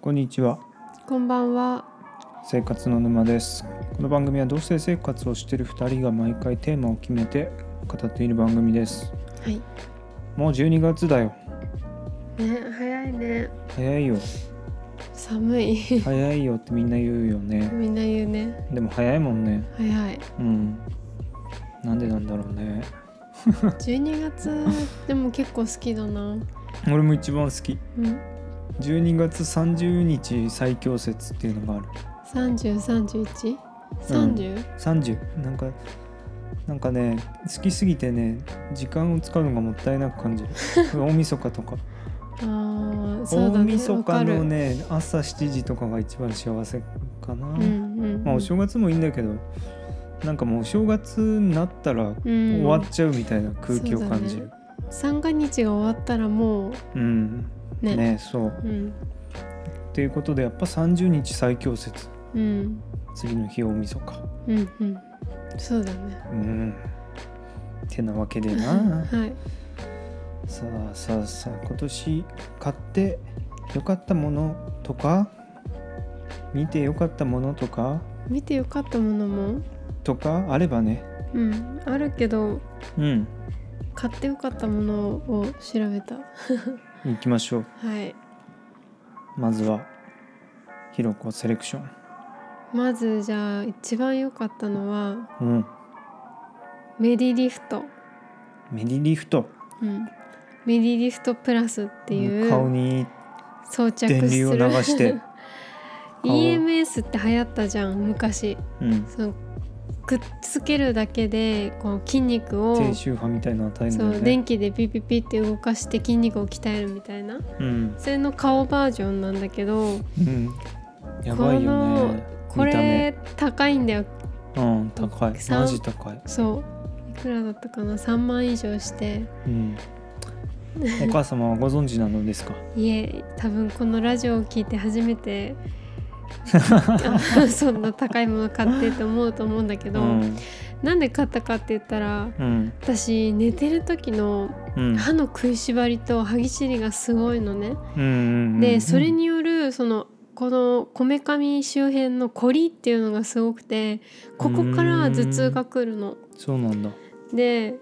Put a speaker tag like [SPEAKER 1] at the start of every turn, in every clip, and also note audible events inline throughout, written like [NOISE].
[SPEAKER 1] こんにちは
[SPEAKER 2] こんばんは。
[SPEAKER 1] 生活の沼ですこの番組は同性生活をしている2人が毎回テーマを決めて語っている番組です
[SPEAKER 2] はい。
[SPEAKER 1] もう12月だよ
[SPEAKER 2] ね、早いね。
[SPEAKER 1] 早いよ
[SPEAKER 2] 寒い。
[SPEAKER 1] 早いよってみんな言うよね
[SPEAKER 2] [LAUGHS] みんな言うね。
[SPEAKER 1] でも早いもんね
[SPEAKER 2] 早 [LAUGHS] い。
[SPEAKER 1] うんなんでなんだろうね
[SPEAKER 2] 12月でも結構好きだな。
[SPEAKER 1] 俺も一番好き
[SPEAKER 2] うん。
[SPEAKER 1] 12月30日最強説っていうのがある
[SPEAKER 2] 三十三十一？三十？
[SPEAKER 1] 30なんかなんかね好きすぎてね時間を使うのがもったいなく感じる大晦日とか
[SPEAKER 2] ああ、そう
[SPEAKER 1] 大
[SPEAKER 2] だね。
[SPEAKER 1] 晦
[SPEAKER 2] わ
[SPEAKER 1] 日
[SPEAKER 2] かる。
[SPEAKER 1] のね朝7時とかが一番幸せかな、
[SPEAKER 2] うんうん。
[SPEAKER 1] まあお正月もいいんだけどなんかもうお正月になったら終わっちゃうみたいな空気を感じる、
[SPEAKER 2] 三が日が終わったらもう
[SPEAKER 1] うんね
[SPEAKER 2] ね。
[SPEAKER 1] そう
[SPEAKER 2] うん
[SPEAKER 1] っていうことでやっぱ30日最強説
[SPEAKER 2] うん
[SPEAKER 1] 次の日大晦日
[SPEAKER 2] うんうん。そうだね。
[SPEAKER 1] うんてなわけでな
[SPEAKER 2] [LAUGHS] はい。
[SPEAKER 1] さあさあさあ今年買ってよかったものとか見てよかったものとか
[SPEAKER 2] 見てよかったものも、
[SPEAKER 1] とかあればね
[SPEAKER 2] うん、あるけど
[SPEAKER 1] うん
[SPEAKER 2] 買ってよかったものを調べた。
[SPEAKER 1] 行きましょう
[SPEAKER 2] はい。
[SPEAKER 1] まずはひろこセレクション
[SPEAKER 2] まずじゃあ一番良かったのは
[SPEAKER 1] うん
[SPEAKER 2] メディリフト、
[SPEAKER 1] メディリフト
[SPEAKER 2] うん、メディリフトプラスってい
[SPEAKER 1] 顔
[SPEAKER 2] う
[SPEAKER 1] に
[SPEAKER 2] 装着
[SPEAKER 1] 電
[SPEAKER 2] す
[SPEAKER 1] 流を
[SPEAKER 2] る
[SPEAKER 1] 流
[SPEAKER 2] [LAUGHS]
[SPEAKER 1] して顔を
[SPEAKER 2] EMS って流行ったじゃん昔
[SPEAKER 1] うん
[SPEAKER 2] そのくっつけるだけでこう筋肉を
[SPEAKER 1] 低周波みたいなの与えるんだ
[SPEAKER 2] そ
[SPEAKER 1] よ
[SPEAKER 2] う
[SPEAKER 1] ね
[SPEAKER 2] 電気でピッピッピッって動かして筋肉を鍛えるみたいな
[SPEAKER 1] うん、
[SPEAKER 2] それの顔バージョンなんだけど
[SPEAKER 1] うん、やばいよね
[SPEAKER 2] こ
[SPEAKER 1] 見た目
[SPEAKER 2] れ高いんだよ
[SPEAKER 1] うん高い
[SPEAKER 2] さん
[SPEAKER 1] マジ高い
[SPEAKER 2] そういくらだったかな3万以上して [LAUGHS]
[SPEAKER 1] うんお母様はご存知なのですか
[SPEAKER 2] いえ多分このラジオを聞いて初
[SPEAKER 1] [LAUGHS]
[SPEAKER 2] めてあそんな高いもの買ってと思うと思うんだけ
[SPEAKER 1] う
[SPEAKER 2] ど、
[SPEAKER 1] ん
[SPEAKER 2] なんで買ったかって言ったら
[SPEAKER 1] うん
[SPEAKER 2] 私寝てる時の
[SPEAKER 1] うん
[SPEAKER 2] 歯の食いしばりと歯ぎしりがすごいのね。
[SPEAKER 1] うんうんうん
[SPEAKER 2] でそれによるそのこのこめかみ周辺のコリっていうのがすごくてここから頭痛がくるの。
[SPEAKER 1] そうなんだ
[SPEAKER 2] で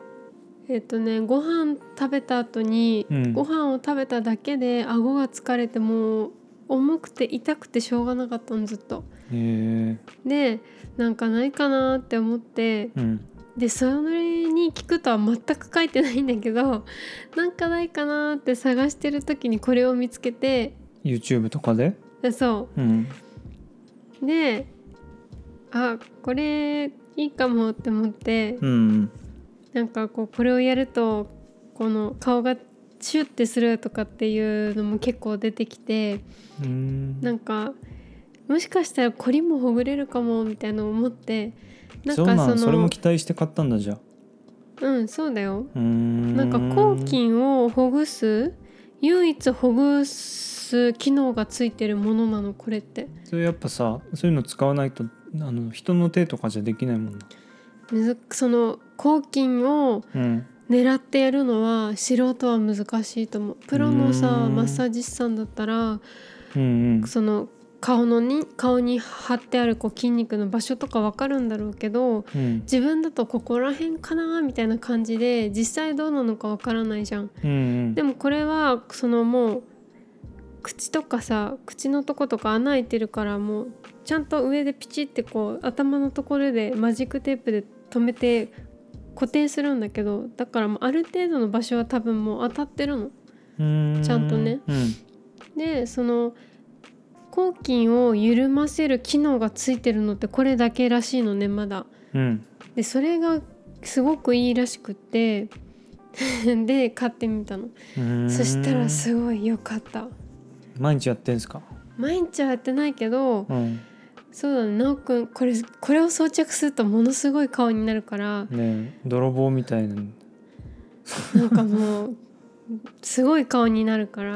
[SPEAKER 2] えっとねご飯食べた後に、
[SPEAKER 1] うん
[SPEAKER 2] ご飯を食べただけで顎が疲れてもう重くて痛くてしょうがなかったのずっと。
[SPEAKER 1] へえ
[SPEAKER 2] でなんかないかなって思って
[SPEAKER 1] うん
[SPEAKER 2] でそれに聞くとは全く書いてないんだけど [LAUGHS] なんかないかなって探してる時にこれを見つけて
[SPEAKER 1] YouTube とかで
[SPEAKER 2] そ
[SPEAKER 1] うん
[SPEAKER 2] うであこれいいかもって思って
[SPEAKER 1] うん
[SPEAKER 2] なんかこうこれをやるとこの顔がシュッてするとかっていうのも結構出てきて
[SPEAKER 1] うん
[SPEAKER 2] なんかもしかしたらコリもほぐれるかもみたいなのを思ってなん
[SPEAKER 1] そうな
[SPEAKER 2] かそ
[SPEAKER 1] の
[SPEAKER 2] の
[SPEAKER 1] それも期待して買ったんだじゃあ
[SPEAKER 2] うんそうだよ
[SPEAKER 1] うーん
[SPEAKER 2] なんか抗菌をほぐす唯一ほぐす機能がついてるものなのこれって
[SPEAKER 1] それやっぱさそういうの使わないとあの人の手とかじゃできないもんな
[SPEAKER 2] むずその抗菌を
[SPEAKER 1] うん
[SPEAKER 2] 狙ってやるのは素人は難しいと思うプロのさ
[SPEAKER 1] うん
[SPEAKER 2] マッサージ師さんだったら
[SPEAKER 1] うんうん
[SPEAKER 2] その顔のに顔に貼ってあるこう筋肉の場所とかわかるんだろうけど
[SPEAKER 1] うん
[SPEAKER 2] 自分だとここら辺かなみたいな感じで実際どうなのかわからないじゃん。
[SPEAKER 1] うんうん
[SPEAKER 2] でもこれはそのもう口とかさ口のとことか穴開いてるからもうちゃんと上でピチってこう頭のところでマジックテープで留めて固定するんだけどだからもうある程度の場所は多分もう当たってるの。
[SPEAKER 1] うー
[SPEAKER 2] ちゃんとね
[SPEAKER 1] うん
[SPEAKER 2] でその抗菌を緩ませる機能がついてるのってこれだけらしいのねまだ。
[SPEAKER 1] うん
[SPEAKER 2] でそれがすごくいいらしくって [LAUGHS] で買ってみたの
[SPEAKER 1] うーん
[SPEAKER 2] そしたらすごい良かった
[SPEAKER 1] 毎日やってんすか
[SPEAKER 2] 毎日はやってないけど
[SPEAKER 1] うん
[SPEAKER 2] そうだね奈くんこれこれを装着するとものすごい顔になるから
[SPEAKER 1] ねえ泥棒みたいな
[SPEAKER 2] なんかもうすごい顔になる
[SPEAKER 1] [LAUGHS]
[SPEAKER 2] から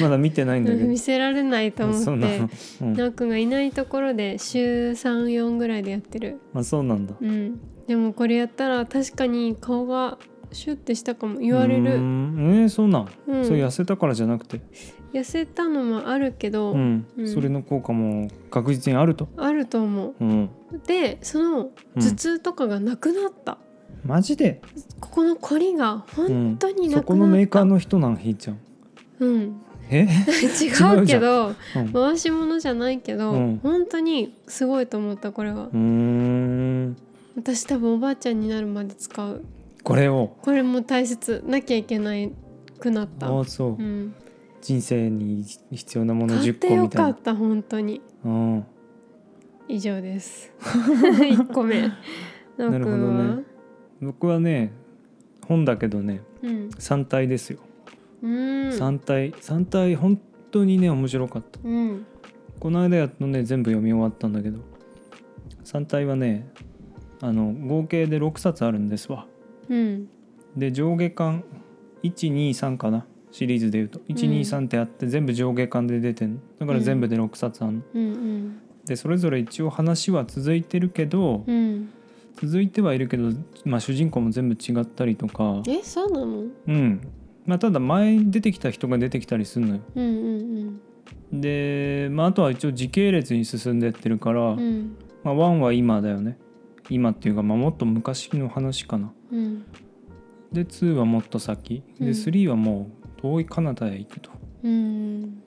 [SPEAKER 1] まだ見てないんだけど
[SPEAKER 2] 見せられないと
[SPEAKER 1] あそ
[SPEAKER 2] 思
[SPEAKER 1] う
[SPEAKER 2] っ
[SPEAKER 1] なの
[SPEAKER 2] て
[SPEAKER 1] うん
[SPEAKER 2] 奈くんがいないところで週34ぐらいでやってる
[SPEAKER 1] あそうなんだ
[SPEAKER 2] うんでもこれやったら確かに顔がシュッてしたかも言わ
[SPEAKER 1] う
[SPEAKER 2] れ
[SPEAKER 1] ー
[SPEAKER 2] る、
[SPEAKER 1] んえー、そうなん、
[SPEAKER 2] うん
[SPEAKER 1] そう痩せたからじゃなくて、
[SPEAKER 2] 痩せたのもあるけど、
[SPEAKER 1] うん
[SPEAKER 2] うん
[SPEAKER 1] それの効果も確実にあると、
[SPEAKER 2] あると思
[SPEAKER 1] うん、
[SPEAKER 2] うでその頭痛とかがなくなった、
[SPEAKER 1] マジで
[SPEAKER 2] ここの凝りが本当になくなった、
[SPEAKER 1] そこのメーカーの人なんひーちゃん
[SPEAKER 2] うん、 [LAUGHS]
[SPEAKER 1] え
[SPEAKER 2] 違うけど
[SPEAKER 1] うんう
[SPEAKER 2] 回し物じゃないけど、
[SPEAKER 1] うん
[SPEAKER 2] 本当にすごいと思ったこれは
[SPEAKER 1] ーん
[SPEAKER 2] 私多分おばあちゃんになるまで使う
[SPEAKER 1] これを
[SPEAKER 2] これも大切なきゃいけないくなった
[SPEAKER 1] ああそう、
[SPEAKER 2] うん
[SPEAKER 1] 人生に必要なもの
[SPEAKER 2] 買っ
[SPEAKER 1] 10
[SPEAKER 2] て
[SPEAKER 1] 個
[SPEAKER 2] よ
[SPEAKER 1] みた
[SPEAKER 2] か
[SPEAKER 1] いな
[SPEAKER 2] った本当に
[SPEAKER 1] うん
[SPEAKER 2] 以上です
[SPEAKER 1] [LAUGHS]
[SPEAKER 2] 一個目な
[SPEAKER 1] るほどね僕はね本だけどね
[SPEAKER 2] うん
[SPEAKER 1] 3体ですよ、
[SPEAKER 2] うん
[SPEAKER 1] 3体3体本当にね面白かった
[SPEAKER 2] うん
[SPEAKER 1] この間やっとね全部読み終わったんだけど3体はねあの合計で6冊あるんですわ
[SPEAKER 2] うん
[SPEAKER 1] で上下巻123かなシリーズでいうと123ってあって全部上下巻で出てんのだから全部で6冊あんの、
[SPEAKER 2] うんうん
[SPEAKER 1] でそれぞれ一応話は続いてるけど、
[SPEAKER 2] うん
[SPEAKER 1] 続いてはいるけど、まあ、主人公も全部違ったりとか
[SPEAKER 2] えそうなのうん
[SPEAKER 1] うんまあただ前に出てきた人が出てきたりするのよ
[SPEAKER 2] うん
[SPEAKER 1] で、まあ、あとは一応時系列に進んでってるから、
[SPEAKER 2] うんうん
[SPEAKER 1] まあ、1は今だよね今っていうか、まあ、もっと昔の話かな
[SPEAKER 2] うん
[SPEAKER 1] で2はもっと先
[SPEAKER 2] うん
[SPEAKER 1] で3はもう遠い彼方へ行くと、
[SPEAKER 2] うん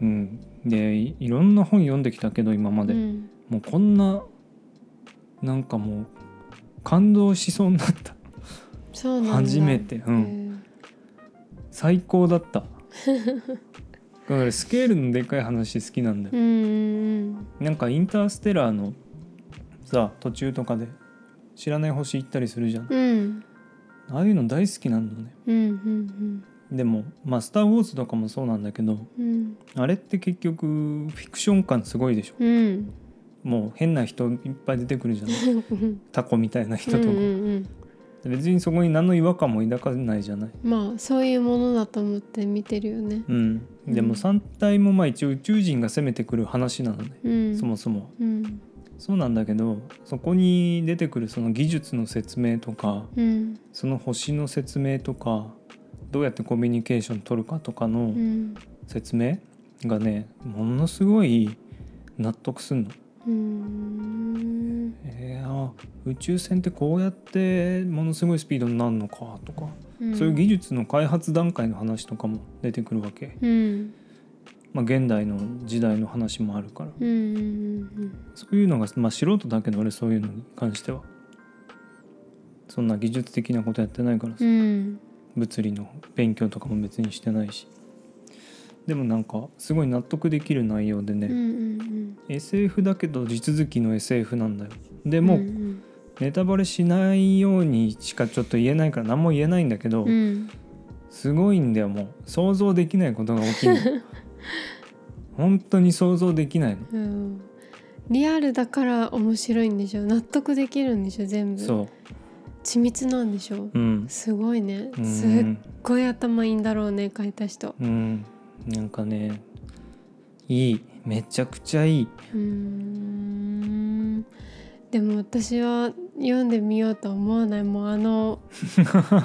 [SPEAKER 1] うん、でいいろんな本読んできたけど今まで、
[SPEAKER 2] うん
[SPEAKER 1] もうこんななんかもう感動しそうになった
[SPEAKER 2] そうなんだ
[SPEAKER 1] 初めてうん最高だった
[SPEAKER 2] [LAUGHS]
[SPEAKER 1] だからスケールのでかい話好きなんだ
[SPEAKER 2] う
[SPEAKER 1] よ、
[SPEAKER 2] んうん
[SPEAKER 1] なんかインターステラーのさ途中とかで知らない星行ったりするじゃん、
[SPEAKER 2] うんうん
[SPEAKER 1] ああいうの大好きなんだよね
[SPEAKER 2] うんうん
[SPEAKER 1] でもまあ「スター・ウォーズ」とかもそうなんだけど
[SPEAKER 2] うんうん
[SPEAKER 1] あれって結局フィクション感すごいでしょ
[SPEAKER 2] うん
[SPEAKER 1] もう変な人いっぱい出てくるじゃん
[SPEAKER 2] [LAUGHS] うん
[SPEAKER 1] タコみたいな人
[SPEAKER 2] うん
[SPEAKER 1] とか、
[SPEAKER 2] うん
[SPEAKER 1] 別にそこに何の違和感も抱かないじゃない
[SPEAKER 2] まあそういうものだと思って見てるよね。
[SPEAKER 1] うん
[SPEAKER 2] うん
[SPEAKER 1] でも3体もまあ一応宇宙人が攻めてくる話なのね、
[SPEAKER 2] うん、
[SPEAKER 1] そもそもは
[SPEAKER 2] うん
[SPEAKER 1] そうなんだけどそこに出てくるその技術の説明とか
[SPEAKER 2] うん
[SPEAKER 1] その星の説明とかどうやってコミュニケーション取るかとかの
[SPEAKER 2] うん
[SPEAKER 1] 説明がねものすごい納得すんの。
[SPEAKER 2] うん
[SPEAKER 1] えー、あ宇宙船ってこうやってものすごいスピードになるのかとか、
[SPEAKER 2] うん
[SPEAKER 1] そういう技術の開発段階の話とかも出てくるわけ、
[SPEAKER 2] うん
[SPEAKER 1] まあ、現代の時代の話もあるから
[SPEAKER 2] うんうん
[SPEAKER 1] そういうのが、まあ、素人だけど俺そういうのに関してはそんな技術的なことやってないからさ
[SPEAKER 2] うんうん
[SPEAKER 1] 物理の勉強とかも別にしてないしでもなんかすごい納得できる内容で
[SPEAKER 2] うんう
[SPEAKER 1] ね、
[SPEAKER 2] ん
[SPEAKER 1] SF だけど地続きの SF なんだよで
[SPEAKER 2] うん
[SPEAKER 1] も、
[SPEAKER 2] うん
[SPEAKER 1] ネタバレしないようにしかちょっと言えないから何も言えないんだけど、
[SPEAKER 2] うん
[SPEAKER 1] すごいんだよもう想像できないことが起きる
[SPEAKER 2] [LAUGHS]
[SPEAKER 1] の本当に想像できないの
[SPEAKER 2] うんリアルだから面白いんでしょ納得できるんでしょ全部
[SPEAKER 1] そ
[SPEAKER 2] 緻密なんでしょ
[SPEAKER 1] ううん
[SPEAKER 2] すごいね
[SPEAKER 1] う
[SPEAKER 2] すっ
[SPEAKER 1] ん
[SPEAKER 2] ごい頭いいんだろうね書いた人
[SPEAKER 1] うんなんかねいいめちゃくちゃいいう
[SPEAKER 2] ーんでも私は読んでみようとは思わないもうあ
[SPEAKER 1] [LAUGHS]
[SPEAKER 2] の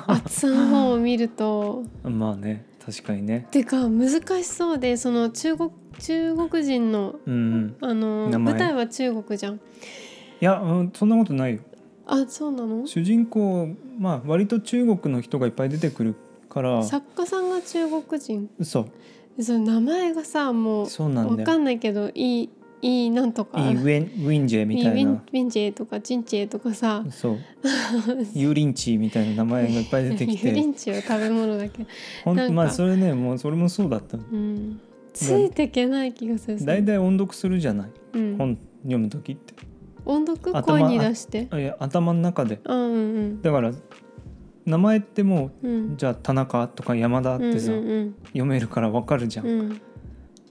[SPEAKER 2] 厚さの本を見ると
[SPEAKER 1] まあね確かにね
[SPEAKER 2] てか難しそうでその中国中国人の
[SPEAKER 1] うん
[SPEAKER 2] あの
[SPEAKER 1] 名前
[SPEAKER 2] 舞台は中国じゃん
[SPEAKER 1] いやうんそんなことないよ
[SPEAKER 2] あそうなの
[SPEAKER 1] 主人公まあ割と中国の人がいっぱい出てくるから
[SPEAKER 2] 作家さんが中国人
[SPEAKER 1] そ
[SPEAKER 2] その名前がさも
[SPEAKER 1] う
[SPEAKER 2] う
[SPEAKER 1] そうなん
[SPEAKER 2] 分
[SPEAKER 1] だ
[SPEAKER 2] か
[SPEAKER 1] よ
[SPEAKER 2] んないけどいいいいなんとか
[SPEAKER 1] いいウェンウィンジェみ
[SPEAKER 2] い
[SPEAKER 1] た
[SPEAKER 2] ウィ
[SPEAKER 1] いな
[SPEAKER 2] ンウィンジェとかチンチェとかさ
[SPEAKER 1] そう油淋鶏みたいな名前がいっぱい出てき
[SPEAKER 2] フレ
[SPEAKER 1] て
[SPEAKER 2] ンチは食べ物だけど
[SPEAKER 1] ほん
[SPEAKER 2] なんか
[SPEAKER 1] まあそれねもうそれもそうだった
[SPEAKER 2] うんついていけない気がする。
[SPEAKER 1] 大体音読するじゃない、
[SPEAKER 2] うん、
[SPEAKER 1] 本読む時って
[SPEAKER 2] 音読
[SPEAKER 1] 頭
[SPEAKER 2] 声に出して。
[SPEAKER 1] あいや頭の中で
[SPEAKER 2] あ、うん
[SPEAKER 1] だから名前っても
[SPEAKER 2] うん。う。
[SPEAKER 1] うんじゃあ田中とか山田ってさ、
[SPEAKER 2] うんうん
[SPEAKER 1] 読めるからわかるじゃん、
[SPEAKER 2] うん。うん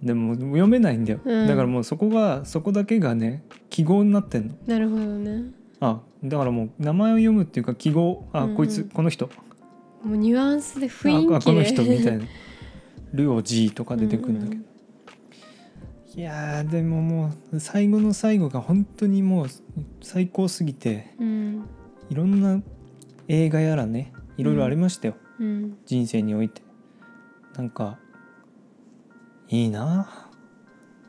[SPEAKER 1] でも読めないんだよ、
[SPEAKER 2] うん
[SPEAKER 1] だからもうそこがそこだけがね記号になってんの
[SPEAKER 2] なるほどね。
[SPEAKER 1] あだからもう名前を読むっていうか記号あ、
[SPEAKER 2] うんうん
[SPEAKER 1] こいつこの人
[SPEAKER 2] もうニュアンスで雰囲気で。
[SPEAKER 1] ああこの人みたいな「ルオジー」とか出てくるんだけど、
[SPEAKER 2] うん
[SPEAKER 1] いやーでももう最後の最後が本当にもう最高すぎて
[SPEAKER 2] うん。
[SPEAKER 1] いろんな映画やらねいろいろありましたよ、
[SPEAKER 2] うん
[SPEAKER 1] 人生においてなんかいいなあ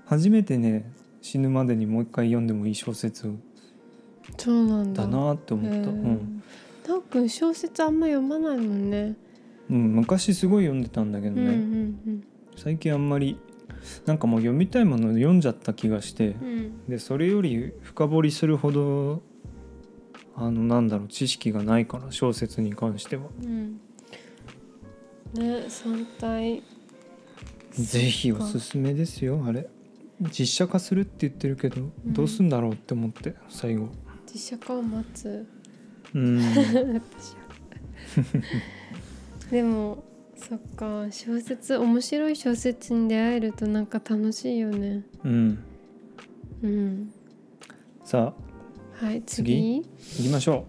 [SPEAKER 1] 初めてね死ぬまでにもう一回読んでもいい小説
[SPEAKER 2] そうなんだ
[SPEAKER 1] だなって思った、うん
[SPEAKER 2] たっくん小説あんま読まないもんね
[SPEAKER 1] うん、昔すごい読んでたんだけど
[SPEAKER 2] う
[SPEAKER 1] ね、
[SPEAKER 2] んうん
[SPEAKER 1] 最近あんまりなんかもう読みたいもの読んじゃった気がして
[SPEAKER 2] うんうん
[SPEAKER 1] でそれより深掘りするほどあのなんだろう知識がないから小説に関しては
[SPEAKER 2] うんね三体
[SPEAKER 1] ぜひおすすめですよあれ実写化するって言ってるけど、
[SPEAKER 2] うん
[SPEAKER 1] どうすんだろうって思って最後
[SPEAKER 2] 実写化を待 [LAUGHS] つ
[SPEAKER 1] うん
[SPEAKER 2] 私はでもそっか小説面白い小説に出会えるとなんか楽しいよね
[SPEAKER 1] うん
[SPEAKER 2] うん
[SPEAKER 1] さあ
[SPEAKER 2] はい
[SPEAKER 1] 次
[SPEAKER 2] 次
[SPEAKER 1] 行きましょ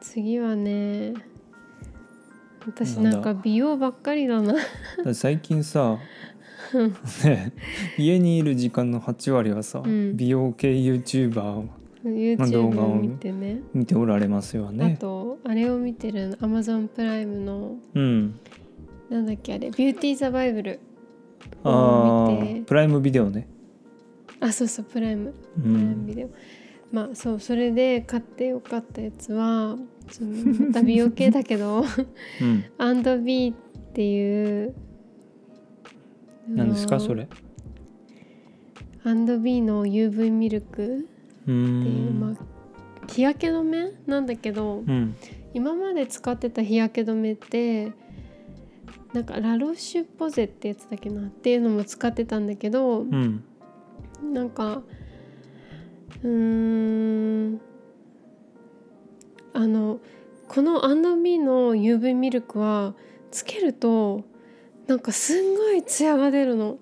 [SPEAKER 2] 次はね私
[SPEAKER 1] なん
[SPEAKER 2] な
[SPEAKER 1] だ
[SPEAKER 2] んか美容ばっかりだな
[SPEAKER 1] う [LAUGHS] だって最近さね家にいる時間の8割はさ、
[SPEAKER 2] うん
[SPEAKER 1] 美容系 YouTuber をまあ動
[SPEAKER 2] YouTube
[SPEAKER 1] 画
[SPEAKER 2] を
[SPEAKER 1] を
[SPEAKER 2] 見てね
[SPEAKER 1] 見ておられますよ
[SPEAKER 2] あ
[SPEAKER 1] ね
[SPEAKER 2] とあれを見てる Amazon プライムの
[SPEAKER 1] うん
[SPEAKER 2] なんだっけあれ「ビューティー・ザ・バイブル」
[SPEAKER 1] あ
[SPEAKER 2] を見て
[SPEAKER 1] ープライムビデオね、
[SPEAKER 2] あそうそうプライム
[SPEAKER 1] う
[SPEAKER 2] プライム
[SPEAKER 1] ん、
[SPEAKER 2] ビデオ、まあそうそれで買ってよかったやつはそのまた美容系だけど [LAUGHS]
[SPEAKER 1] うん、
[SPEAKER 2] アンドビーっていう
[SPEAKER 1] 何ですかそれ
[SPEAKER 2] アンドビーの UV ミルク
[SPEAKER 1] うー
[SPEAKER 2] っていう、ま
[SPEAKER 1] ん
[SPEAKER 2] あ、日焼け止めなんだけど、
[SPEAKER 1] うん
[SPEAKER 2] 今まで使ってた日焼け止めってなんかラロッシュポゼってやつだっけなっていうのも使ってたんだけど、
[SPEAKER 1] うん
[SPEAKER 2] なんかうーんあのこの &B の UV ミルクはつけるとなんかすんごいツヤが出るの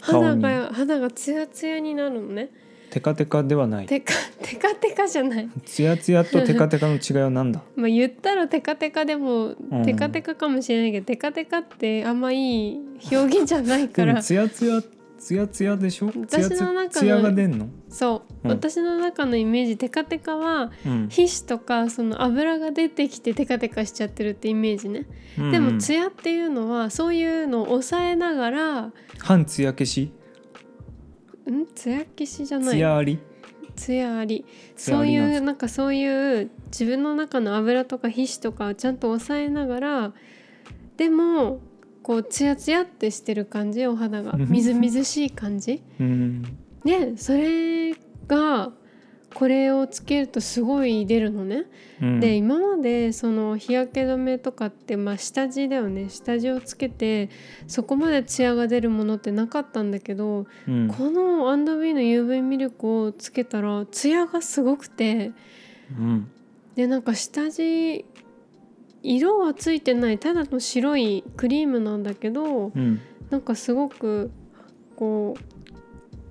[SPEAKER 2] 肌
[SPEAKER 1] 顔
[SPEAKER 2] が肌がツヤツヤになるのね
[SPEAKER 1] テカテカではない
[SPEAKER 2] テカテカテカじゃない
[SPEAKER 1] ツヤツヤとテカテカの違いは何だ
[SPEAKER 2] まあ言ったらテカテカでも
[SPEAKER 1] うん
[SPEAKER 2] テカテカかもしれないけど、テカテカってあんまいい表現じゃないか
[SPEAKER 1] でも
[SPEAKER 2] ら
[SPEAKER 1] ツヤツヤツヤツヤでしょツヤ
[SPEAKER 2] 私
[SPEAKER 1] ツ
[SPEAKER 2] の中の
[SPEAKER 1] ヤツヤが出んの、
[SPEAKER 2] そう、
[SPEAKER 1] うん
[SPEAKER 2] 私の中のイメージテカテカは
[SPEAKER 1] うん
[SPEAKER 2] 皮脂とかその油が出てきてテカテカしちゃってるってイメージね、
[SPEAKER 1] う
[SPEAKER 2] で
[SPEAKER 1] んう
[SPEAKER 2] も
[SPEAKER 1] ん
[SPEAKER 2] ツヤっていうのはそういうのを抑えながらん
[SPEAKER 1] 半ツヤ消し
[SPEAKER 2] ツヤ消しじゃな
[SPEAKER 1] ツ
[SPEAKER 2] い
[SPEAKER 1] ヤあり
[SPEAKER 2] ツヤあり
[SPEAKER 1] ツヤ
[SPEAKER 2] そ
[SPEAKER 1] あ
[SPEAKER 2] う
[SPEAKER 1] りなん
[SPEAKER 2] い
[SPEAKER 1] で
[SPEAKER 2] う
[SPEAKER 1] す
[SPEAKER 2] なんかそういう自分の中の油とか皮脂とかをちゃんと抑えながらでもこうツヤツヤってしてる感じお肌がみずみずしい感じ
[SPEAKER 1] うん
[SPEAKER 2] でそれがこれをつけるとすごい出るのね
[SPEAKER 1] うん
[SPEAKER 2] で今までその日焼け止めとかって、まあ、下地だよね下地をつけてそこまでツヤが出るものってなかったんだけど、
[SPEAKER 1] うん
[SPEAKER 2] この &B の UV ミルクをつけたらツヤがすごくて
[SPEAKER 1] うん
[SPEAKER 2] でなんか下地色はついてないただの白いクリームなんだけど
[SPEAKER 1] うん
[SPEAKER 2] なんかすごくこう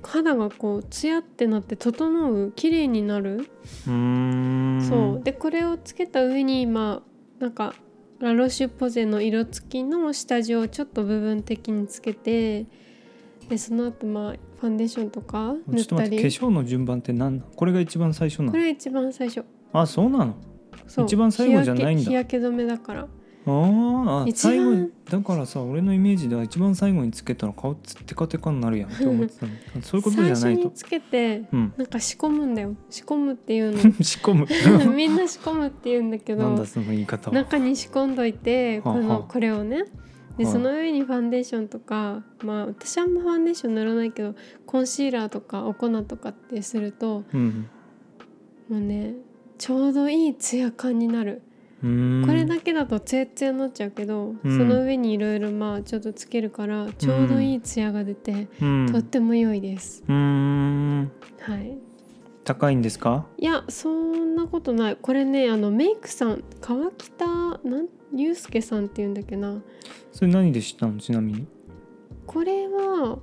[SPEAKER 2] 肌がこうツヤってなって整う綺麗になる
[SPEAKER 1] うーん
[SPEAKER 2] そうでこれをつけた上に今なんかラロシュポゼの色付きの下地をちょっと部分的につけてでその後まあファンデーションとか
[SPEAKER 1] ち
[SPEAKER 2] 塗
[SPEAKER 1] ょ
[SPEAKER 2] っ
[SPEAKER 1] っと
[SPEAKER 2] た
[SPEAKER 1] 待って
[SPEAKER 2] り
[SPEAKER 1] 化粧の順番って何なのこれが一番最初な
[SPEAKER 2] こ
[SPEAKER 1] の
[SPEAKER 2] れ一番最初
[SPEAKER 1] あそうなの
[SPEAKER 2] そう
[SPEAKER 1] 一番最後じゃないんだ
[SPEAKER 2] 日焼け日焼け止めだから
[SPEAKER 1] ああ
[SPEAKER 2] 一番
[SPEAKER 1] 最後にだからさ俺のイメージでは一番最後につけたら顔つテカテカになるやんって思ってたのあそういうことじ
[SPEAKER 2] 最
[SPEAKER 1] ゃな
[SPEAKER 2] 初
[SPEAKER 1] い
[SPEAKER 2] に
[SPEAKER 1] と
[SPEAKER 2] つけて
[SPEAKER 1] うん [LAUGHS]
[SPEAKER 2] なんか仕込むんだよ仕込むっていう
[SPEAKER 1] 仕込む
[SPEAKER 2] の [LAUGHS] みんな仕込むっていうんだけ
[SPEAKER 1] なんだ
[SPEAKER 2] ど
[SPEAKER 1] その言い方は
[SPEAKER 2] 中に仕込んどいてこ
[SPEAKER 1] はあはあ
[SPEAKER 2] のこれをねで
[SPEAKER 1] はい
[SPEAKER 2] その上にファンデーションとかまあ私はあんまファンデーション塗らないけどコンシーラーとかお粉とかってすると
[SPEAKER 1] うん
[SPEAKER 2] もうねちょうどいいツヤ感になる、
[SPEAKER 1] うーん
[SPEAKER 2] これだけだとツヤツヤになっちゃうけど、
[SPEAKER 1] うん
[SPEAKER 2] その上にいろいろまあちょっとつけるからちょうどいいツヤが出て、
[SPEAKER 1] うん
[SPEAKER 2] とっても良いです、
[SPEAKER 1] うーん
[SPEAKER 2] はい
[SPEAKER 1] 高いんですか
[SPEAKER 2] いやそんなことないこれねあのメイクさん川北なんゆうすけさんっていうんだっけな
[SPEAKER 1] それ何で知ったのちなみに
[SPEAKER 2] これは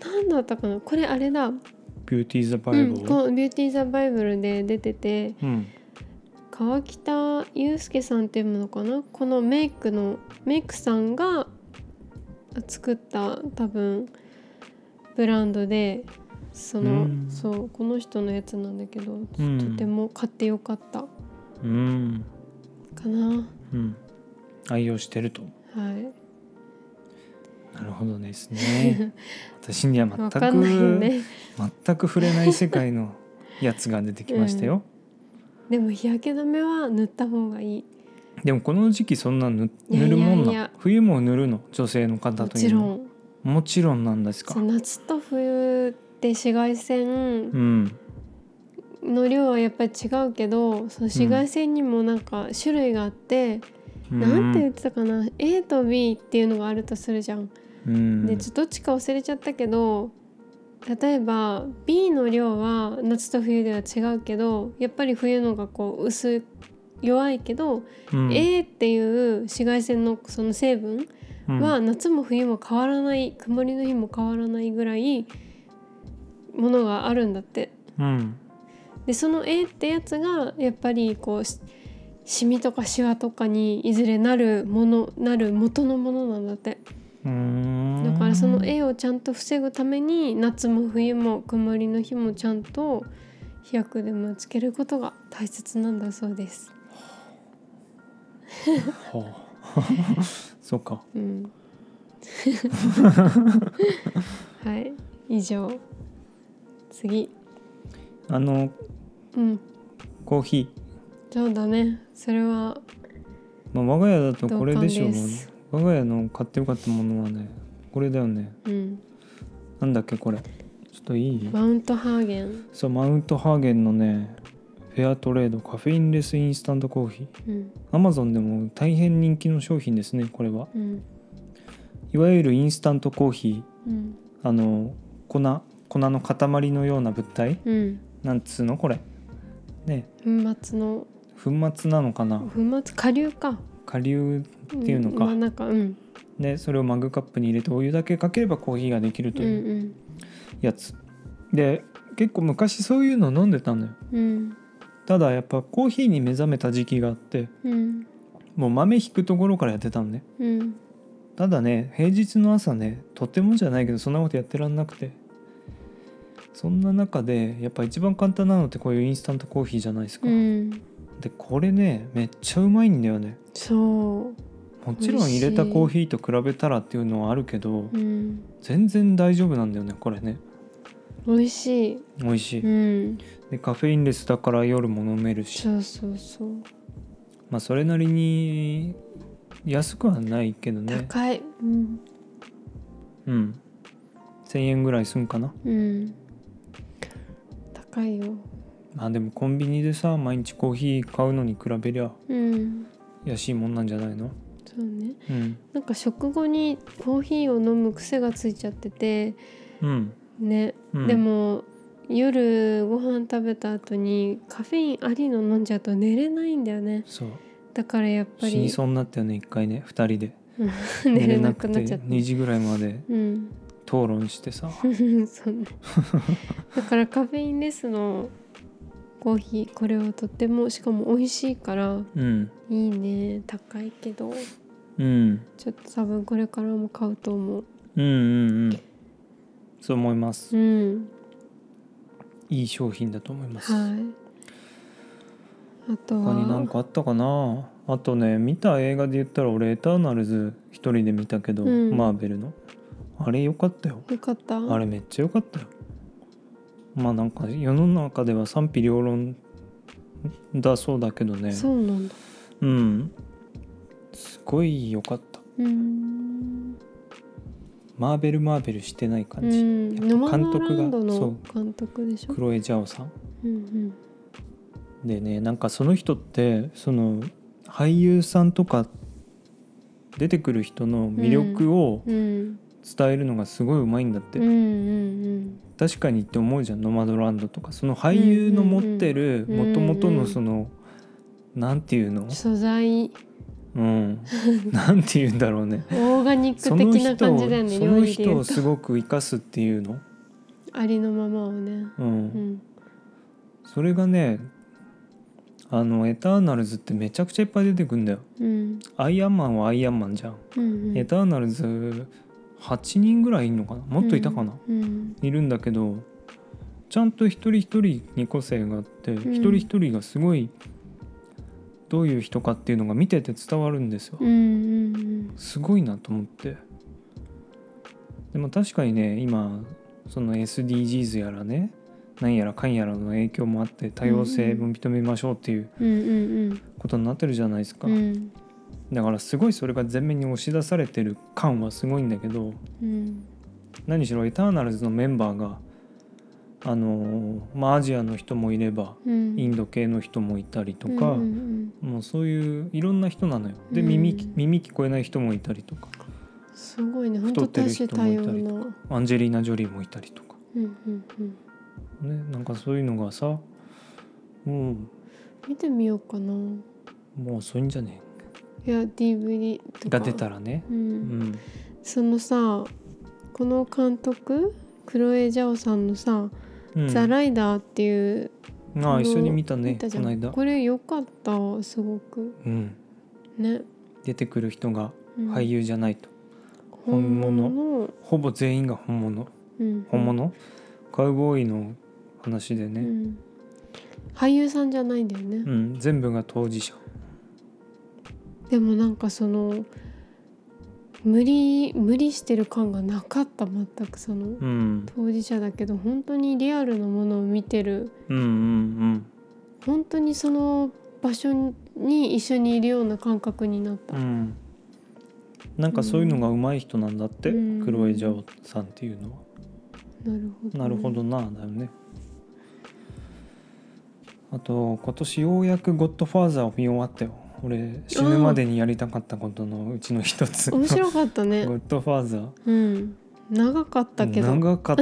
[SPEAKER 2] 何だったかなこれあれだ、うん、
[SPEAKER 1] ビューティーザ
[SPEAKER 2] こ
[SPEAKER 1] バイブル
[SPEAKER 2] の「ビューティー・ザ・バイブル」で出てて
[SPEAKER 1] うん
[SPEAKER 2] 川北祐介さんっていうのかなこのメイクのメイクさんが作った多分ブランドでその
[SPEAKER 1] うん
[SPEAKER 2] そうこの人のやつなんだけど、
[SPEAKER 1] うん
[SPEAKER 2] とても買ってよかった
[SPEAKER 1] うん
[SPEAKER 2] かな
[SPEAKER 1] うん、愛用してると
[SPEAKER 2] はい
[SPEAKER 1] なるほどです
[SPEAKER 2] [LAUGHS]
[SPEAKER 1] ね私には全
[SPEAKER 2] わ
[SPEAKER 1] く
[SPEAKER 2] かんないよね [LAUGHS]
[SPEAKER 1] 全く触れない世界のやつが出てきましたよ、
[SPEAKER 2] でも日焼け止めは塗った方がいい
[SPEAKER 1] でもこの時期そんなぬ
[SPEAKER 2] いや
[SPEAKER 1] 塗るもんない
[SPEAKER 2] やいや
[SPEAKER 1] 冬も塗るの女性の方
[SPEAKER 2] も
[SPEAKER 1] とい
[SPEAKER 2] ち
[SPEAKER 1] う
[SPEAKER 2] ろ
[SPEAKER 1] の
[SPEAKER 2] ん
[SPEAKER 1] もちろんなんですか
[SPEAKER 2] そう夏と冬で紫外線
[SPEAKER 1] うん
[SPEAKER 2] の量はやっぱり違うけどその紫外線にもなんか種類があって、なんて言ってたかな A と B っていうのがあるとするじゃん。
[SPEAKER 1] うん
[SPEAKER 2] でちょっとどっちか忘れちゃったけど例えば B の量は夏と冬では違うけどやっぱり冬のがこう薄い弱いけど、
[SPEAKER 1] うん
[SPEAKER 2] A っていう紫外線のその成分は夏も冬も変わらない曇りの日も変わらないぐらいものがあるんだって
[SPEAKER 1] うん
[SPEAKER 2] でその A ってやつがやっぱりこうしシミとかシワとかにいずれなるものなる元のものなんだって
[SPEAKER 1] うん
[SPEAKER 2] だからその A をちゃんと防ぐために夏も冬も曇りの日もちゃんと日焼けでもつけることが大切なんだそうです。
[SPEAKER 1] はあ [LAUGHS] そうか
[SPEAKER 2] うん
[SPEAKER 1] [LAUGHS]
[SPEAKER 2] はい以上次
[SPEAKER 1] あの
[SPEAKER 2] うん
[SPEAKER 1] コーヒ
[SPEAKER 2] そうだねそれは
[SPEAKER 1] ー、まあ、我が家だとこれでしょう
[SPEAKER 2] 同感です
[SPEAKER 1] 我が家の買ってよかったものはねこれだよね
[SPEAKER 2] うん
[SPEAKER 1] なんだっけこれちょっといい
[SPEAKER 2] マウントハーゲン、
[SPEAKER 1] そうマウントハーゲンのねフェアトレードカフェインレスインスタントコーヒー
[SPEAKER 2] うん
[SPEAKER 1] アマゾンでも大変人気の商品ですねこれは
[SPEAKER 2] うん
[SPEAKER 1] いわゆるインスタントコーヒ
[SPEAKER 2] うん
[SPEAKER 1] ーあの粉粉の塊のような物体
[SPEAKER 2] うん
[SPEAKER 1] なんつうのこれね
[SPEAKER 2] 粉末の
[SPEAKER 1] 粉末なのかな
[SPEAKER 2] 粉末下流か
[SPEAKER 1] 顆粒っていうのか
[SPEAKER 2] んまあなんかうん
[SPEAKER 1] でそれをマグカップに入れてお湯だけかければコーヒーができる
[SPEAKER 2] う
[SPEAKER 1] と
[SPEAKER 2] ん
[SPEAKER 1] いうやつ、で結構昔そういうの飲んでたのよ
[SPEAKER 2] うんうん
[SPEAKER 1] ただやっぱコーヒーに目覚めた時期があって
[SPEAKER 2] うん
[SPEAKER 1] もう豆引くところからやってたのね
[SPEAKER 2] うん
[SPEAKER 1] ただね平日の朝ねとてもじゃないけどそんなことやってらんなくてそんな中でやっぱ一番簡単なのってこういうインスタントコーヒーじゃないですか、
[SPEAKER 2] うん
[SPEAKER 1] でこれねめっちゃうまいんだよね
[SPEAKER 2] そ
[SPEAKER 1] もちろん入れたコーヒーと比べたらっていうのはあるけど
[SPEAKER 2] ううん
[SPEAKER 1] 全然大丈夫なんだよねこれね
[SPEAKER 2] 美味しい
[SPEAKER 1] 美味しい、
[SPEAKER 2] うん
[SPEAKER 1] でカフェインレスだから夜も飲めるし
[SPEAKER 2] そうそうそう
[SPEAKER 1] まあそれなりに安くはないけどね
[SPEAKER 2] 高いうん
[SPEAKER 1] うん1,000円ぐらいすんかな
[SPEAKER 2] うん高いよ
[SPEAKER 1] まあでもコンビニでさ毎日コーヒー買うのに比べりゃ
[SPEAKER 2] うん
[SPEAKER 1] 安いもんなんじゃないの
[SPEAKER 2] そうね
[SPEAKER 1] うん
[SPEAKER 2] なんか食後にコーヒーを飲む癖がついちゃってて
[SPEAKER 1] うん、
[SPEAKER 2] ね
[SPEAKER 1] うん、
[SPEAKER 2] でも夜ご飯食べた後にカフェインありの飲んじゃうと寝れないんだよね
[SPEAKER 1] そう
[SPEAKER 2] だからやっぱ
[SPEAKER 1] 死に
[SPEAKER 2] り
[SPEAKER 1] そうになったよね一回ね二人で
[SPEAKER 2] [LAUGHS] 寝れなくなっちゃって
[SPEAKER 1] 2時ぐらいまで
[SPEAKER 2] うん
[SPEAKER 1] 討論してさ
[SPEAKER 2] [LAUGHS] そうねだからカフェインレスのコーヒーこれはとってもしかも美味しいから
[SPEAKER 1] うん
[SPEAKER 2] いいね高いけど
[SPEAKER 1] うん
[SPEAKER 2] ちょっと多分これからも買うと思う
[SPEAKER 1] うんうんうんそう思います、
[SPEAKER 2] うん
[SPEAKER 1] いい商品だと思います、
[SPEAKER 2] はいあと
[SPEAKER 1] 他に何
[SPEAKER 2] は
[SPEAKER 1] かあったかなあとね見た映画で言ったら俺「エターナルズ」一人で見たけど、
[SPEAKER 2] うん
[SPEAKER 1] マーベルのあれよかったよ
[SPEAKER 2] よかった
[SPEAKER 1] あれめっちゃよかったよまあなんか世の中では賛否両論だそうだけどね
[SPEAKER 2] そうなんだ
[SPEAKER 1] うんすごいよかった
[SPEAKER 2] うーん
[SPEAKER 1] マーベルマーベルしてない
[SPEAKER 2] うん
[SPEAKER 1] 感じ、やっぱ
[SPEAKER 2] ノマ
[SPEAKER 1] 監
[SPEAKER 2] ド
[SPEAKER 1] 督が
[SPEAKER 2] ランド
[SPEAKER 1] そ
[SPEAKER 2] の
[SPEAKER 1] う
[SPEAKER 2] 監督でしょ
[SPEAKER 1] クロエ・ジャオさん
[SPEAKER 2] うん
[SPEAKER 1] でねなんかその人ってその俳優さんとか出てくる人の魅力を
[SPEAKER 2] うんうん
[SPEAKER 1] 伝えるのがすごいうまいんだって、
[SPEAKER 2] うんうん
[SPEAKER 1] 確かにって思うじゃん「ノマドランド」とかその俳優の持ってる
[SPEAKER 2] うんうん
[SPEAKER 1] もともと
[SPEAKER 2] うんう
[SPEAKER 1] の
[SPEAKER 2] ん
[SPEAKER 1] その、なんて [LAUGHS] いうの
[SPEAKER 2] うん素材
[SPEAKER 1] うんなんていうんだろうね
[SPEAKER 2] オーガニ
[SPEAKER 1] [LAUGHS]
[SPEAKER 2] ッ
[SPEAKER 1] そ
[SPEAKER 2] ク
[SPEAKER 1] の
[SPEAKER 2] 的な
[SPEAKER 1] 人
[SPEAKER 2] 感
[SPEAKER 1] を
[SPEAKER 2] じだよね
[SPEAKER 1] そ
[SPEAKER 2] 料
[SPEAKER 1] の
[SPEAKER 2] 理で
[SPEAKER 1] 人
[SPEAKER 2] 言
[SPEAKER 1] を
[SPEAKER 2] うと
[SPEAKER 1] すごく生かすっていうの、
[SPEAKER 2] ありのままをね
[SPEAKER 1] う、
[SPEAKER 2] うんん
[SPEAKER 1] それがねあの「エターナルズ」ってめちゃくちゃいっぱい出てくんだよ。
[SPEAKER 2] うん
[SPEAKER 1] アイアンマンはアイアンマンじゃん。
[SPEAKER 2] うん
[SPEAKER 1] エターナルズ8人ぐらいいんのかなもっといたかな、
[SPEAKER 2] うん
[SPEAKER 1] いるんだけどちゃんと一人一人に個性があって、
[SPEAKER 2] ん
[SPEAKER 1] 一人一人がすごいどういう人かっていうのが見てて伝わるんですよ
[SPEAKER 2] うんうん
[SPEAKER 1] すごいなと思ってでも確かにね今その SDGs やらねなんやらかんやらの影響もあって多様性も認めましょうっていう
[SPEAKER 2] うんうんうん
[SPEAKER 1] ことになってるじゃないですか、
[SPEAKER 2] うんうん
[SPEAKER 1] だからすごいそれが前面に押し出されてる感はすごいんだけど
[SPEAKER 2] うん
[SPEAKER 1] 何しろエターナルズのメンバーがあのーまあアジアの人もいれば
[SPEAKER 2] うん
[SPEAKER 1] インド系の人もいたりとか、
[SPEAKER 2] うんうん
[SPEAKER 1] もうそういういろんな人なのよで
[SPEAKER 2] うん
[SPEAKER 1] 耳,、耳聞こえない人もいたりとか
[SPEAKER 2] うんすごいね本
[SPEAKER 1] 太
[SPEAKER 2] 当
[SPEAKER 1] って
[SPEAKER 2] 多
[SPEAKER 1] る人
[SPEAKER 2] 種
[SPEAKER 1] も
[SPEAKER 2] 多
[SPEAKER 1] い
[SPEAKER 2] 様
[SPEAKER 1] たり
[SPEAKER 2] な
[SPEAKER 1] と
[SPEAKER 2] うん
[SPEAKER 1] アンジェリーナ・ジョリーもいたりとか、
[SPEAKER 2] うんうん
[SPEAKER 1] ね、なんかそういうのがさも
[SPEAKER 2] 見てみようかな
[SPEAKER 1] うもう遅いんじゃね
[SPEAKER 2] いや DVD とか
[SPEAKER 1] が出たらね、
[SPEAKER 2] う
[SPEAKER 1] うんん、
[SPEAKER 2] そのさこの監督クロエ・ジャオさんのさ
[SPEAKER 1] う
[SPEAKER 2] 「
[SPEAKER 1] ん、
[SPEAKER 2] ザ・ライダー」っていう
[SPEAKER 1] ああ一緒に見たね
[SPEAKER 2] 見たじ
[SPEAKER 1] こ
[SPEAKER 2] ゃ
[SPEAKER 1] の
[SPEAKER 2] ん
[SPEAKER 1] 間、
[SPEAKER 2] これ良かったすごく
[SPEAKER 1] うん、
[SPEAKER 2] ね、
[SPEAKER 1] 出てくる人が
[SPEAKER 2] うん
[SPEAKER 1] 俳優じゃないと、
[SPEAKER 2] 本物
[SPEAKER 1] 本ほぼ全員が本物
[SPEAKER 2] うん
[SPEAKER 1] 本物、カウボーイの話で
[SPEAKER 2] う
[SPEAKER 1] ね、
[SPEAKER 2] ん俳優さんじゃないんだよね、
[SPEAKER 1] うん全部が当事者
[SPEAKER 2] でもなんかその無理無理してる感がなかった全くその
[SPEAKER 1] うん
[SPEAKER 2] 当事者だけど本当にリアルなものを見てる
[SPEAKER 1] うんうん
[SPEAKER 2] 本当にその場所に一緒にいるような感覚になった、
[SPEAKER 1] うんうんなんかそういうのが上手い人なんだって、
[SPEAKER 2] うん
[SPEAKER 1] クロエ・ジャオさんっていうのは
[SPEAKER 2] なるほど、
[SPEAKER 1] なるほどなだよねあと今年ようやく「ゴッドファーザー」を見終わったよ俺死ぬまでにやりたかったことのうちの一つゴ
[SPEAKER 2] 面
[SPEAKER 1] ッ
[SPEAKER 2] 白かっ
[SPEAKER 1] [LAUGHS]
[SPEAKER 2] たね
[SPEAKER 1] ドファーザー
[SPEAKER 2] うん長かったけど
[SPEAKER 1] 長かっ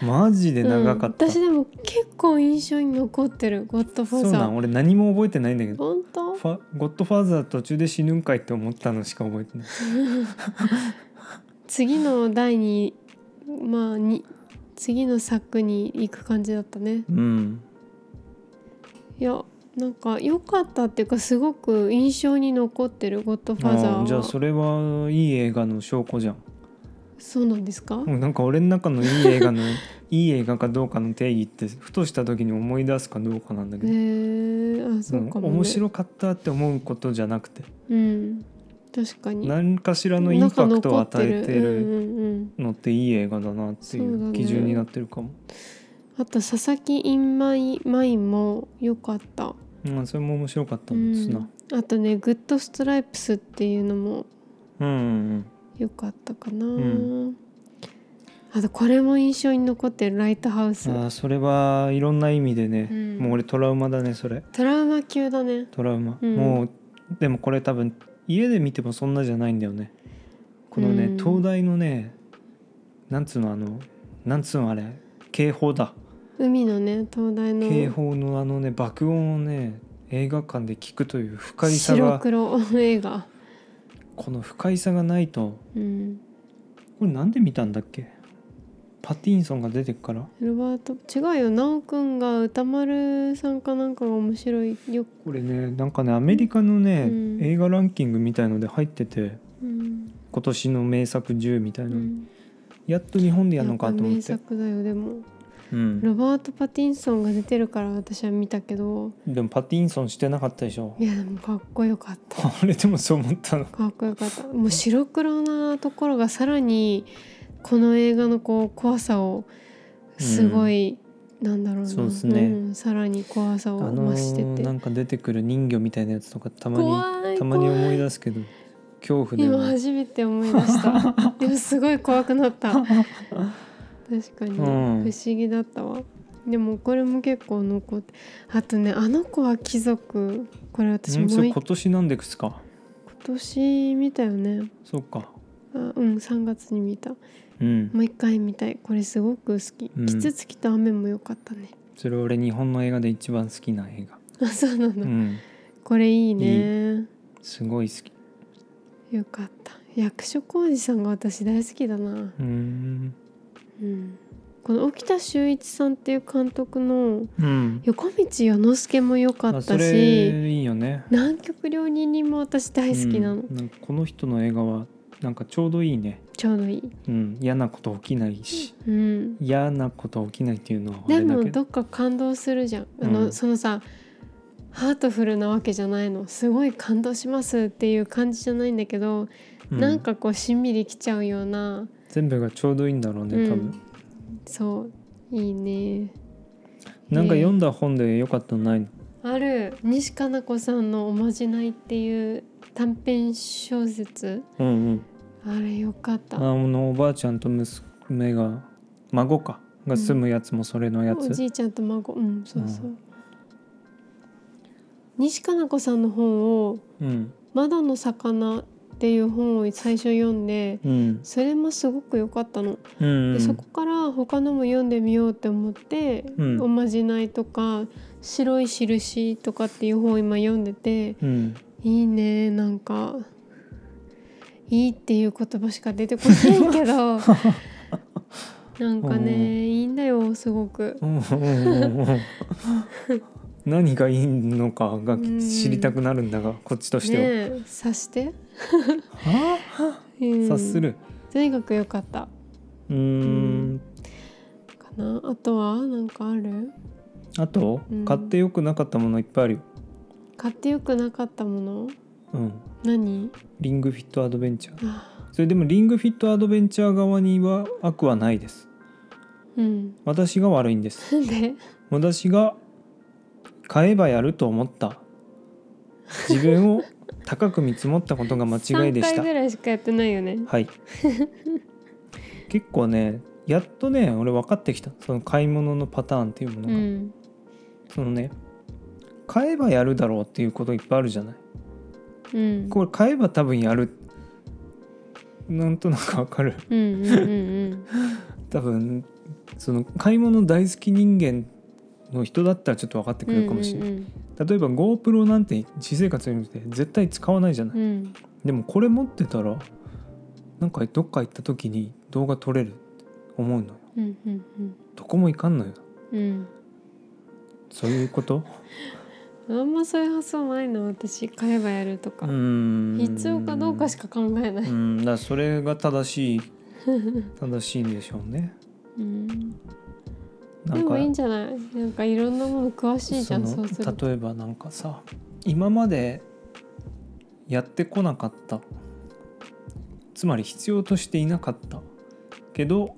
[SPEAKER 1] たマジで長かった、
[SPEAKER 2] うん、私でも結構印象に残ってる「ゴッドファ
[SPEAKER 1] そ
[SPEAKER 2] ー
[SPEAKER 1] う
[SPEAKER 2] ザ
[SPEAKER 1] なん
[SPEAKER 2] ー
[SPEAKER 1] 俺何も覚えてないんだけ」ど
[SPEAKER 2] 本当
[SPEAKER 1] ファゴッドファーザー途中で死ぬんかいって思ったのしか覚えてない
[SPEAKER 2] 次の第にまあに次の作に行く感じだったね
[SPEAKER 1] うん
[SPEAKER 2] いやなんか良かったっていうかすごく印象に残ってる「ゴッドファーザー
[SPEAKER 1] あ
[SPEAKER 2] は」
[SPEAKER 1] ーじゃあそれはいい映画の証拠じゃん
[SPEAKER 2] そうなんですか、
[SPEAKER 1] もうなんか俺の中のいい映画の [LAUGHS] いい映画かどうかの定義ってふとした時に思い出すかどうかなんだけど、
[SPEAKER 2] へえあそうかも、ね、
[SPEAKER 1] うん面白かったって思うことじゃなくて
[SPEAKER 2] うん確かに
[SPEAKER 1] 何かしらのインパクトを
[SPEAKER 2] なんか
[SPEAKER 1] 与
[SPEAKER 2] 残
[SPEAKER 1] えて
[SPEAKER 2] うん
[SPEAKER 1] る
[SPEAKER 2] うんうん、
[SPEAKER 1] のっていい映画だなってい
[SPEAKER 2] そうだ
[SPEAKER 1] う
[SPEAKER 2] ね
[SPEAKER 1] 基準になってるかも、
[SPEAKER 2] あと「佐々木インマイマイン」も良かった
[SPEAKER 1] うん、それも面白かった
[SPEAKER 2] う
[SPEAKER 1] ですな、
[SPEAKER 2] ん、あとね「グッドストライプス」っていうのも
[SPEAKER 1] うんうん
[SPEAKER 2] 良かったかな、
[SPEAKER 1] ん
[SPEAKER 2] あとこれも印象に残ってる「ライトハウス
[SPEAKER 1] うん、あ」ーそれはいろんな意味でね、
[SPEAKER 2] うん
[SPEAKER 1] もう俺トラウマだねそれ
[SPEAKER 2] トラウマ級だね
[SPEAKER 1] トラウマ、
[SPEAKER 2] うん
[SPEAKER 1] もうでもこれ多分家で見てもそんなじゃないんだよねこのね、
[SPEAKER 2] うん
[SPEAKER 1] 東大のねなんつうのあのなんつうのあれ警報だ、
[SPEAKER 2] 海のね灯台の
[SPEAKER 1] 警報のあのね爆音をね映画館で聞くという不快さ
[SPEAKER 2] 白
[SPEAKER 1] が
[SPEAKER 2] 黒映画、
[SPEAKER 1] この不快さがないと
[SPEAKER 2] うん、
[SPEAKER 1] これなんで見たんだっけパティンソンが出てくから
[SPEAKER 2] ロバート違うよ奈くんが歌丸さんかなんかが面白いよ、
[SPEAKER 1] これねなんかねアメリカのね、
[SPEAKER 2] うん
[SPEAKER 1] 映画ランキングみたいので入ってて
[SPEAKER 2] うん
[SPEAKER 1] 今年の名作10みたいうな、
[SPEAKER 2] ん、
[SPEAKER 1] やっと日本でやるの
[SPEAKER 2] ぱ
[SPEAKER 1] かと思
[SPEAKER 2] 名
[SPEAKER 1] って、
[SPEAKER 2] 作だよでも
[SPEAKER 1] うん、
[SPEAKER 2] ロバート・パティンソンが出てるから私は見たけど
[SPEAKER 1] でもパティンソンしてなかったでしょ
[SPEAKER 2] いやでもかっこよかった
[SPEAKER 1] あれでもそう思ったの
[SPEAKER 2] かっこよかったもう白黒なところがさらにこの映画のこう怖さをすごい、なんだろうな
[SPEAKER 1] そうですね
[SPEAKER 2] んさらに怖さ
[SPEAKER 1] あ
[SPEAKER 2] を
[SPEAKER 1] の
[SPEAKER 2] 増して
[SPEAKER 1] ー
[SPEAKER 2] て、
[SPEAKER 1] なんか出てくる人魚みたいなやつとかたまに
[SPEAKER 2] 怖い
[SPEAKER 1] たまに思い
[SPEAKER 2] 怖
[SPEAKER 1] 出すけど恐怖
[SPEAKER 2] い
[SPEAKER 1] だ
[SPEAKER 2] 今
[SPEAKER 1] よね
[SPEAKER 2] 初めて思い出した
[SPEAKER 1] [LAUGHS]
[SPEAKER 2] でもすごい怖くなった確かに、
[SPEAKER 1] ん
[SPEAKER 2] 不思議だったわでもこれも結構残ってあとね「あの子は貴族」これ私
[SPEAKER 1] うん
[SPEAKER 2] も
[SPEAKER 1] そうう
[SPEAKER 2] い今
[SPEAKER 1] 今年なんでくすか
[SPEAKER 2] 年見たよね
[SPEAKER 1] そうか
[SPEAKER 2] あうん3月に見た
[SPEAKER 1] うん
[SPEAKER 2] もう一回見たいこれすごく好き、
[SPEAKER 1] うん
[SPEAKER 2] キツツキと雨も良かったね
[SPEAKER 1] それ俺日本の映画で一番好きな映画
[SPEAKER 2] あそうな
[SPEAKER 1] う
[SPEAKER 2] の、
[SPEAKER 1] ん
[SPEAKER 2] これいいね
[SPEAKER 1] すごい好き
[SPEAKER 2] よかった役所広司さんが私大好きだな、
[SPEAKER 1] うん
[SPEAKER 2] うん、この沖田修一さんっていう監督の
[SPEAKER 1] うん
[SPEAKER 2] 横道世之助も良か
[SPEAKER 1] あ
[SPEAKER 2] っ
[SPEAKER 1] そ
[SPEAKER 2] た
[SPEAKER 1] れ
[SPEAKER 2] し
[SPEAKER 1] いいよね
[SPEAKER 2] 南極料理人も私大好きなの、
[SPEAKER 1] うんなんかこの人の映画はなんかちょうどいいね
[SPEAKER 2] ちょうどいい、
[SPEAKER 1] うん嫌なこと起きないし
[SPEAKER 2] うん、
[SPEAKER 1] 嫌なこと起きないっていうのはあ
[SPEAKER 2] で
[SPEAKER 1] れだ
[SPEAKER 2] も
[SPEAKER 1] けど
[SPEAKER 2] どっか感動するじゃんあ
[SPEAKER 1] う
[SPEAKER 2] の、
[SPEAKER 1] ん
[SPEAKER 2] そのさハートフルなわけじゃないのすごい感動しますっていう感じじゃないんだけど、
[SPEAKER 1] う
[SPEAKER 2] なんかこうしんみりきちゃうような
[SPEAKER 1] 全部がちょうどいいんだろうね多分、
[SPEAKER 2] うんそういいね
[SPEAKER 1] なんか読んだ本で良かったのないの、
[SPEAKER 2] ある西加奈子さんの「おまじない」っていう短編小説
[SPEAKER 1] うんうん
[SPEAKER 2] あれよかった
[SPEAKER 1] あのおばあちゃんと娘が孫かが住むやつもそれのや
[SPEAKER 2] お
[SPEAKER 1] つ、
[SPEAKER 2] じいちゃんと孫うんそうそう、西加奈子さんの本を
[SPEAKER 1] うん
[SPEAKER 2] 「窓の魚」っていう本を最初読んで
[SPEAKER 1] うん
[SPEAKER 2] それもすごく良かったの、
[SPEAKER 1] うん
[SPEAKER 2] でそこから他のも読んでみようって思って「
[SPEAKER 1] うん
[SPEAKER 2] おまじない」とか「白い印」とかっていう本を今読んでて
[SPEAKER 1] うん
[SPEAKER 2] いいねなんかいいっていう言葉しか出てこないけど
[SPEAKER 1] [LAUGHS]
[SPEAKER 2] なんか
[SPEAKER 1] うん
[SPEAKER 2] ねいいんだよすごく。
[SPEAKER 1] うんうんうんうん何がいいのかが知りたくなるんだが、こっちとしては、
[SPEAKER 2] ねえ察して、
[SPEAKER 1] はあ
[SPEAKER 2] うん
[SPEAKER 1] 察する
[SPEAKER 2] とにかく良かった
[SPEAKER 1] うーん
[SPEAKER 2] うんかなあとはなんかある
[SPEAKER 1] あと、
[SPEAKER 2] うん
[SPEAKER 1] 買ってよくなかったものいっぱいあるよ、
[SPEAKER 2] 買ってよくなかったもの
[SPEAKER 1] うん、
[SPEAKER 2] 何
[SPEAKER 1] リングフィットアドベンチャー
[SPEAKER 2] あ
[SPEAKER 1] それでもリングフィットアドベンチャー側には悪はないです
[SPEAKER 2] うん
[SPEAKER 1] 私が悪いんです
[SPEAKER 2] [LAUGHS] なんで
[SPEAKER 1] 私が買えばやると思った自分を高く見積もったことが間違いでし
[SPEAKER 2] 3
[SPEAKER 1] た
[SPEAKER 2] 回ぐらいしかやってないよね
[SPEAKER 1] はい
[SPEAKER 2] [LAUGHS]
[SPEAKER 1] 結構ねやっとね俺分かってきたその買い物のパターンっていうもの
[SPEAKER 2] う
[SPEAKER 1] が、
[SPEAKER 2] ん
[SPEAKER 1] そのね買えばやるだろうっていうこといっぱいあるじゃない
[SPEAKER 2] うん
[SPEAKER 1] これ買えば多分やるなんとなく分かる
[SPEAKER 2] うんうんうん
[SPEAKER 1] 多分その買い物大好き人間の人だったらちょっと分かって
[SPEAKER 2] う
[SPEAKER 1] く
[SPEAKER 2] ん
[SPEAKER 1] れるかもしれない、
[SPEAKER 2] うん
[SPEAKER 1] 例えば GoPro なんて私生活において絶対使わないじゃない、
[SPEAKER 2] うんうん
[SPEAKER 1] でもこれ持ってたらなんかどっか行った時に動画撮れるって思うのよ
[SPEAKER 2] うんうんうん
[SPEAKER 1] どこも行かんのよ
[SPEAKER 2] うん
[SPEAKER 1] そういうこと
[SPEAKER 2] あんまそういう発想ないな私買えばやるとか、
[SPEAKER 1] ん
[SPEAKER 2] 必要かどうかしか考えな
[SPEAKER 1] う
[SPEAKER 2] い、
[SPEAKER 1] んだからそれが正し
[SPEAKER 2] [LAUGHS]
[SPEAKER 1] い正しいんでしょうね
[SPEAKER 2] うん、
[SPEAKER 1] な
[SPEAKER 2] で
[SPEAKER 1] んか
[SPEAKER 2] もいいんじゃないなんかいろんなもの詳しいじゃん
[SPEAKER 1] そ
[SPEAKER 2] そ
[SPEAKER 1] の
[SPEAKER 2] うすると
[SPEAKER 1] 例えばなんかさ今までやってこなかったつまり必要としていなかったけど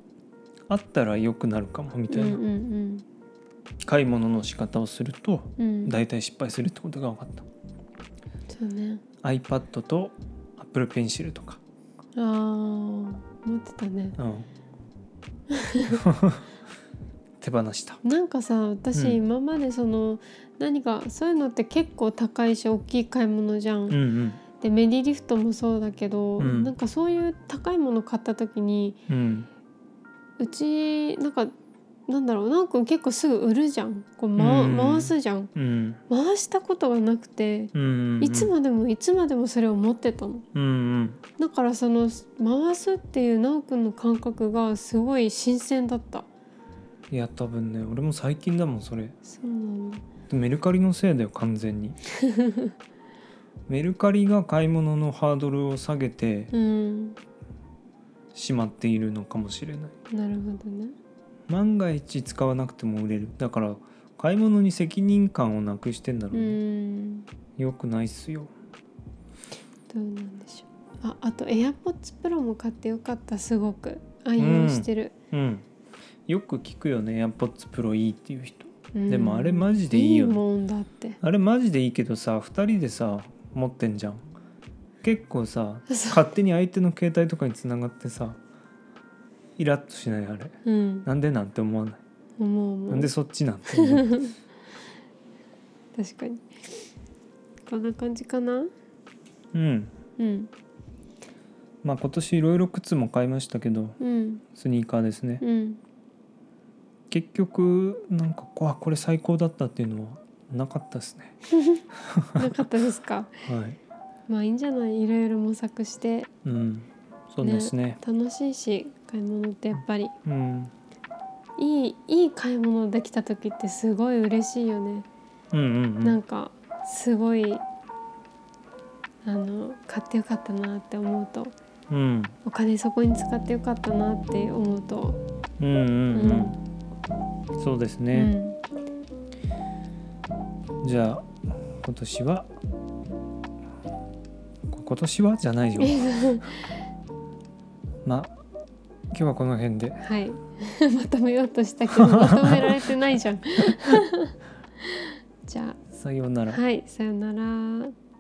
[SPEAKER 1] あったら良くなるかもみたいな、
[SPEAKER 2] うんうん
[SPEAKER 1] 買い物の仕方をすると
[SPEAKER 2] うんうん
[SPEAKER 1] 大体失敗するってことが分かった
[SPEAKER 2] そうね
[SPEAKER 1] iPad と Apple Pencil とか、
[SPEAKER 2] ああ持ってたね
[SPEAKER 1] うん
[SPEAKER 2] [LAUGHS]
[SPEAKER 1] 手放した
[SPEAKER 2] なんかさ
[SPEAKER 1] うん
[SPEAKER 2] 私今までその、何かそういうのって結構高いし大きい買い物じゃん、
[SPEAKER 1] うんうん
[SPEAKER 2] でメディリフトもそうだけど、
[SPEAKER 1] うん
[SPEAKER 2] なんかそういう高いもの買った時に
[SPEAKER 1] うん
[SPEAKER 2] うちなんかなんだろうなんか結構すぐ売るじゃんこう、ま
[SPEAKER 1] うん
[SPEAKER 2] 回すじゃん
[SPEAKER 1] うん
[SPEAKER 2] 回したことがなくて、
[SPEAKER 1] うんうん
[SPEAKER 2] いつまでもいつまでもそれを持ってたの
[SPEAKER 1] うんうん
[SPEAKER 2] だからその回すっていう奈くんの感覚がすごい新鮮だった
[SPEAKER 1] いや多分ね俺も最近だもんそれ
[SPEAKER 2] そうなんだ
[SPEAKER 1] メルカリのせいだよ完全
[SPEAKER 2] [LAUGHS]
[SPEAKER 1] にメルカリが買い物のハードルを下げて
[SPEAKER 2] うん
[SPEAKER 1] しまっているのかもしれない
[SPEAKER 2] なるほどね
[SPEAKER 1] 万が一使わなくても売れるだから買い物に責任感をなくしてんだろ
[SPEAKER 2] う
[SPEAKER 1] うね、
[SPEAKER 2] ん
[SPEAKER 1] よくないっすよ
[SPEAKER 2] どうなんでしょうああと AirPods Pro も買ってよかったすごく愛用してる、
[SPEAKER 1] うんよく聞くよね AirPods Pro いいっていう人
[SPEAKER 2] うん
[SPEAKER 1] でもあれマジでいいよね
[SPEAKER 2] いいもんだって
[SPEAKER 1] あれマジでいいけどさ2人でさ持ってんじゃん結構さ
[SPEAKER 2] [LAUGHS] そう
[SPEAKER 1] 勝手に相手の携帯とかにつながってさイラッとしないあれ
[SPEAKER 2] うん
[SPEAKER 1] なんでなんて思わない
[SPEAKER 2] 思う思う
[SPEAKER 1] なんでそっちなんて思
[SPEAKER 2] [LAUGHS]
[SPEAKER 1] う
[SPEAKER 2] 確かにこんな感じかな
[SPEAKER 1] うん
[SPEAKER 2] うん
[SPEAKER 1] まあ今年いろいろ靴も買いましたけど
[SPEAKER 2] うん
[SPEAKER 1] スニーカーですね
[SPEAKER 2] うん
[SPEAKER 1] 結局なんかこうあこれ最高だったっていうのはなかったですね
[SPEAKER 2] なかったです [LAUGHS] か
[SPEAKER 1] はい
[SPEAKER 2] まあいいんじゃないいろいろ模索して
[SPEAKER 1] うんそうですね
[SPEAKER 2] 楽しいし買い物ってやっぱり
[SPEAKER 1] うん
[SPEAKER 2] いいいい買い物できた時ってすごい嬉しいよね
[SPEAKER 1] うんうんうん
[SPEAKER 2] なんかすごいあの買ってよかったなって思うと
[SPEAKER 1] うん
[SPEAKER 2] お金そこに使ってよかったなって思うと、
[SPEAKER 1] うんうんうんそうです
[SPEAKER 2] う
[SPEAKER 1] ね、
[SPEAKER 2] ん、
[SPEAKER 1] じゃあ今年はこ今年はじゃ
[SPEAKER 2] [LAUGHS]
[SPEAKER 1] ないよまあ今日はこの辺で
[SPEAKER 2] はい [LAUGHS] まとめようとしたけどまとめられ [LAUGHS] てないじゃんじゃ
[SPEAKER 1] さような
[SPEAKER 2] あ
[SPEAKER 1] ら
[SPEAKER 2] はいさよなら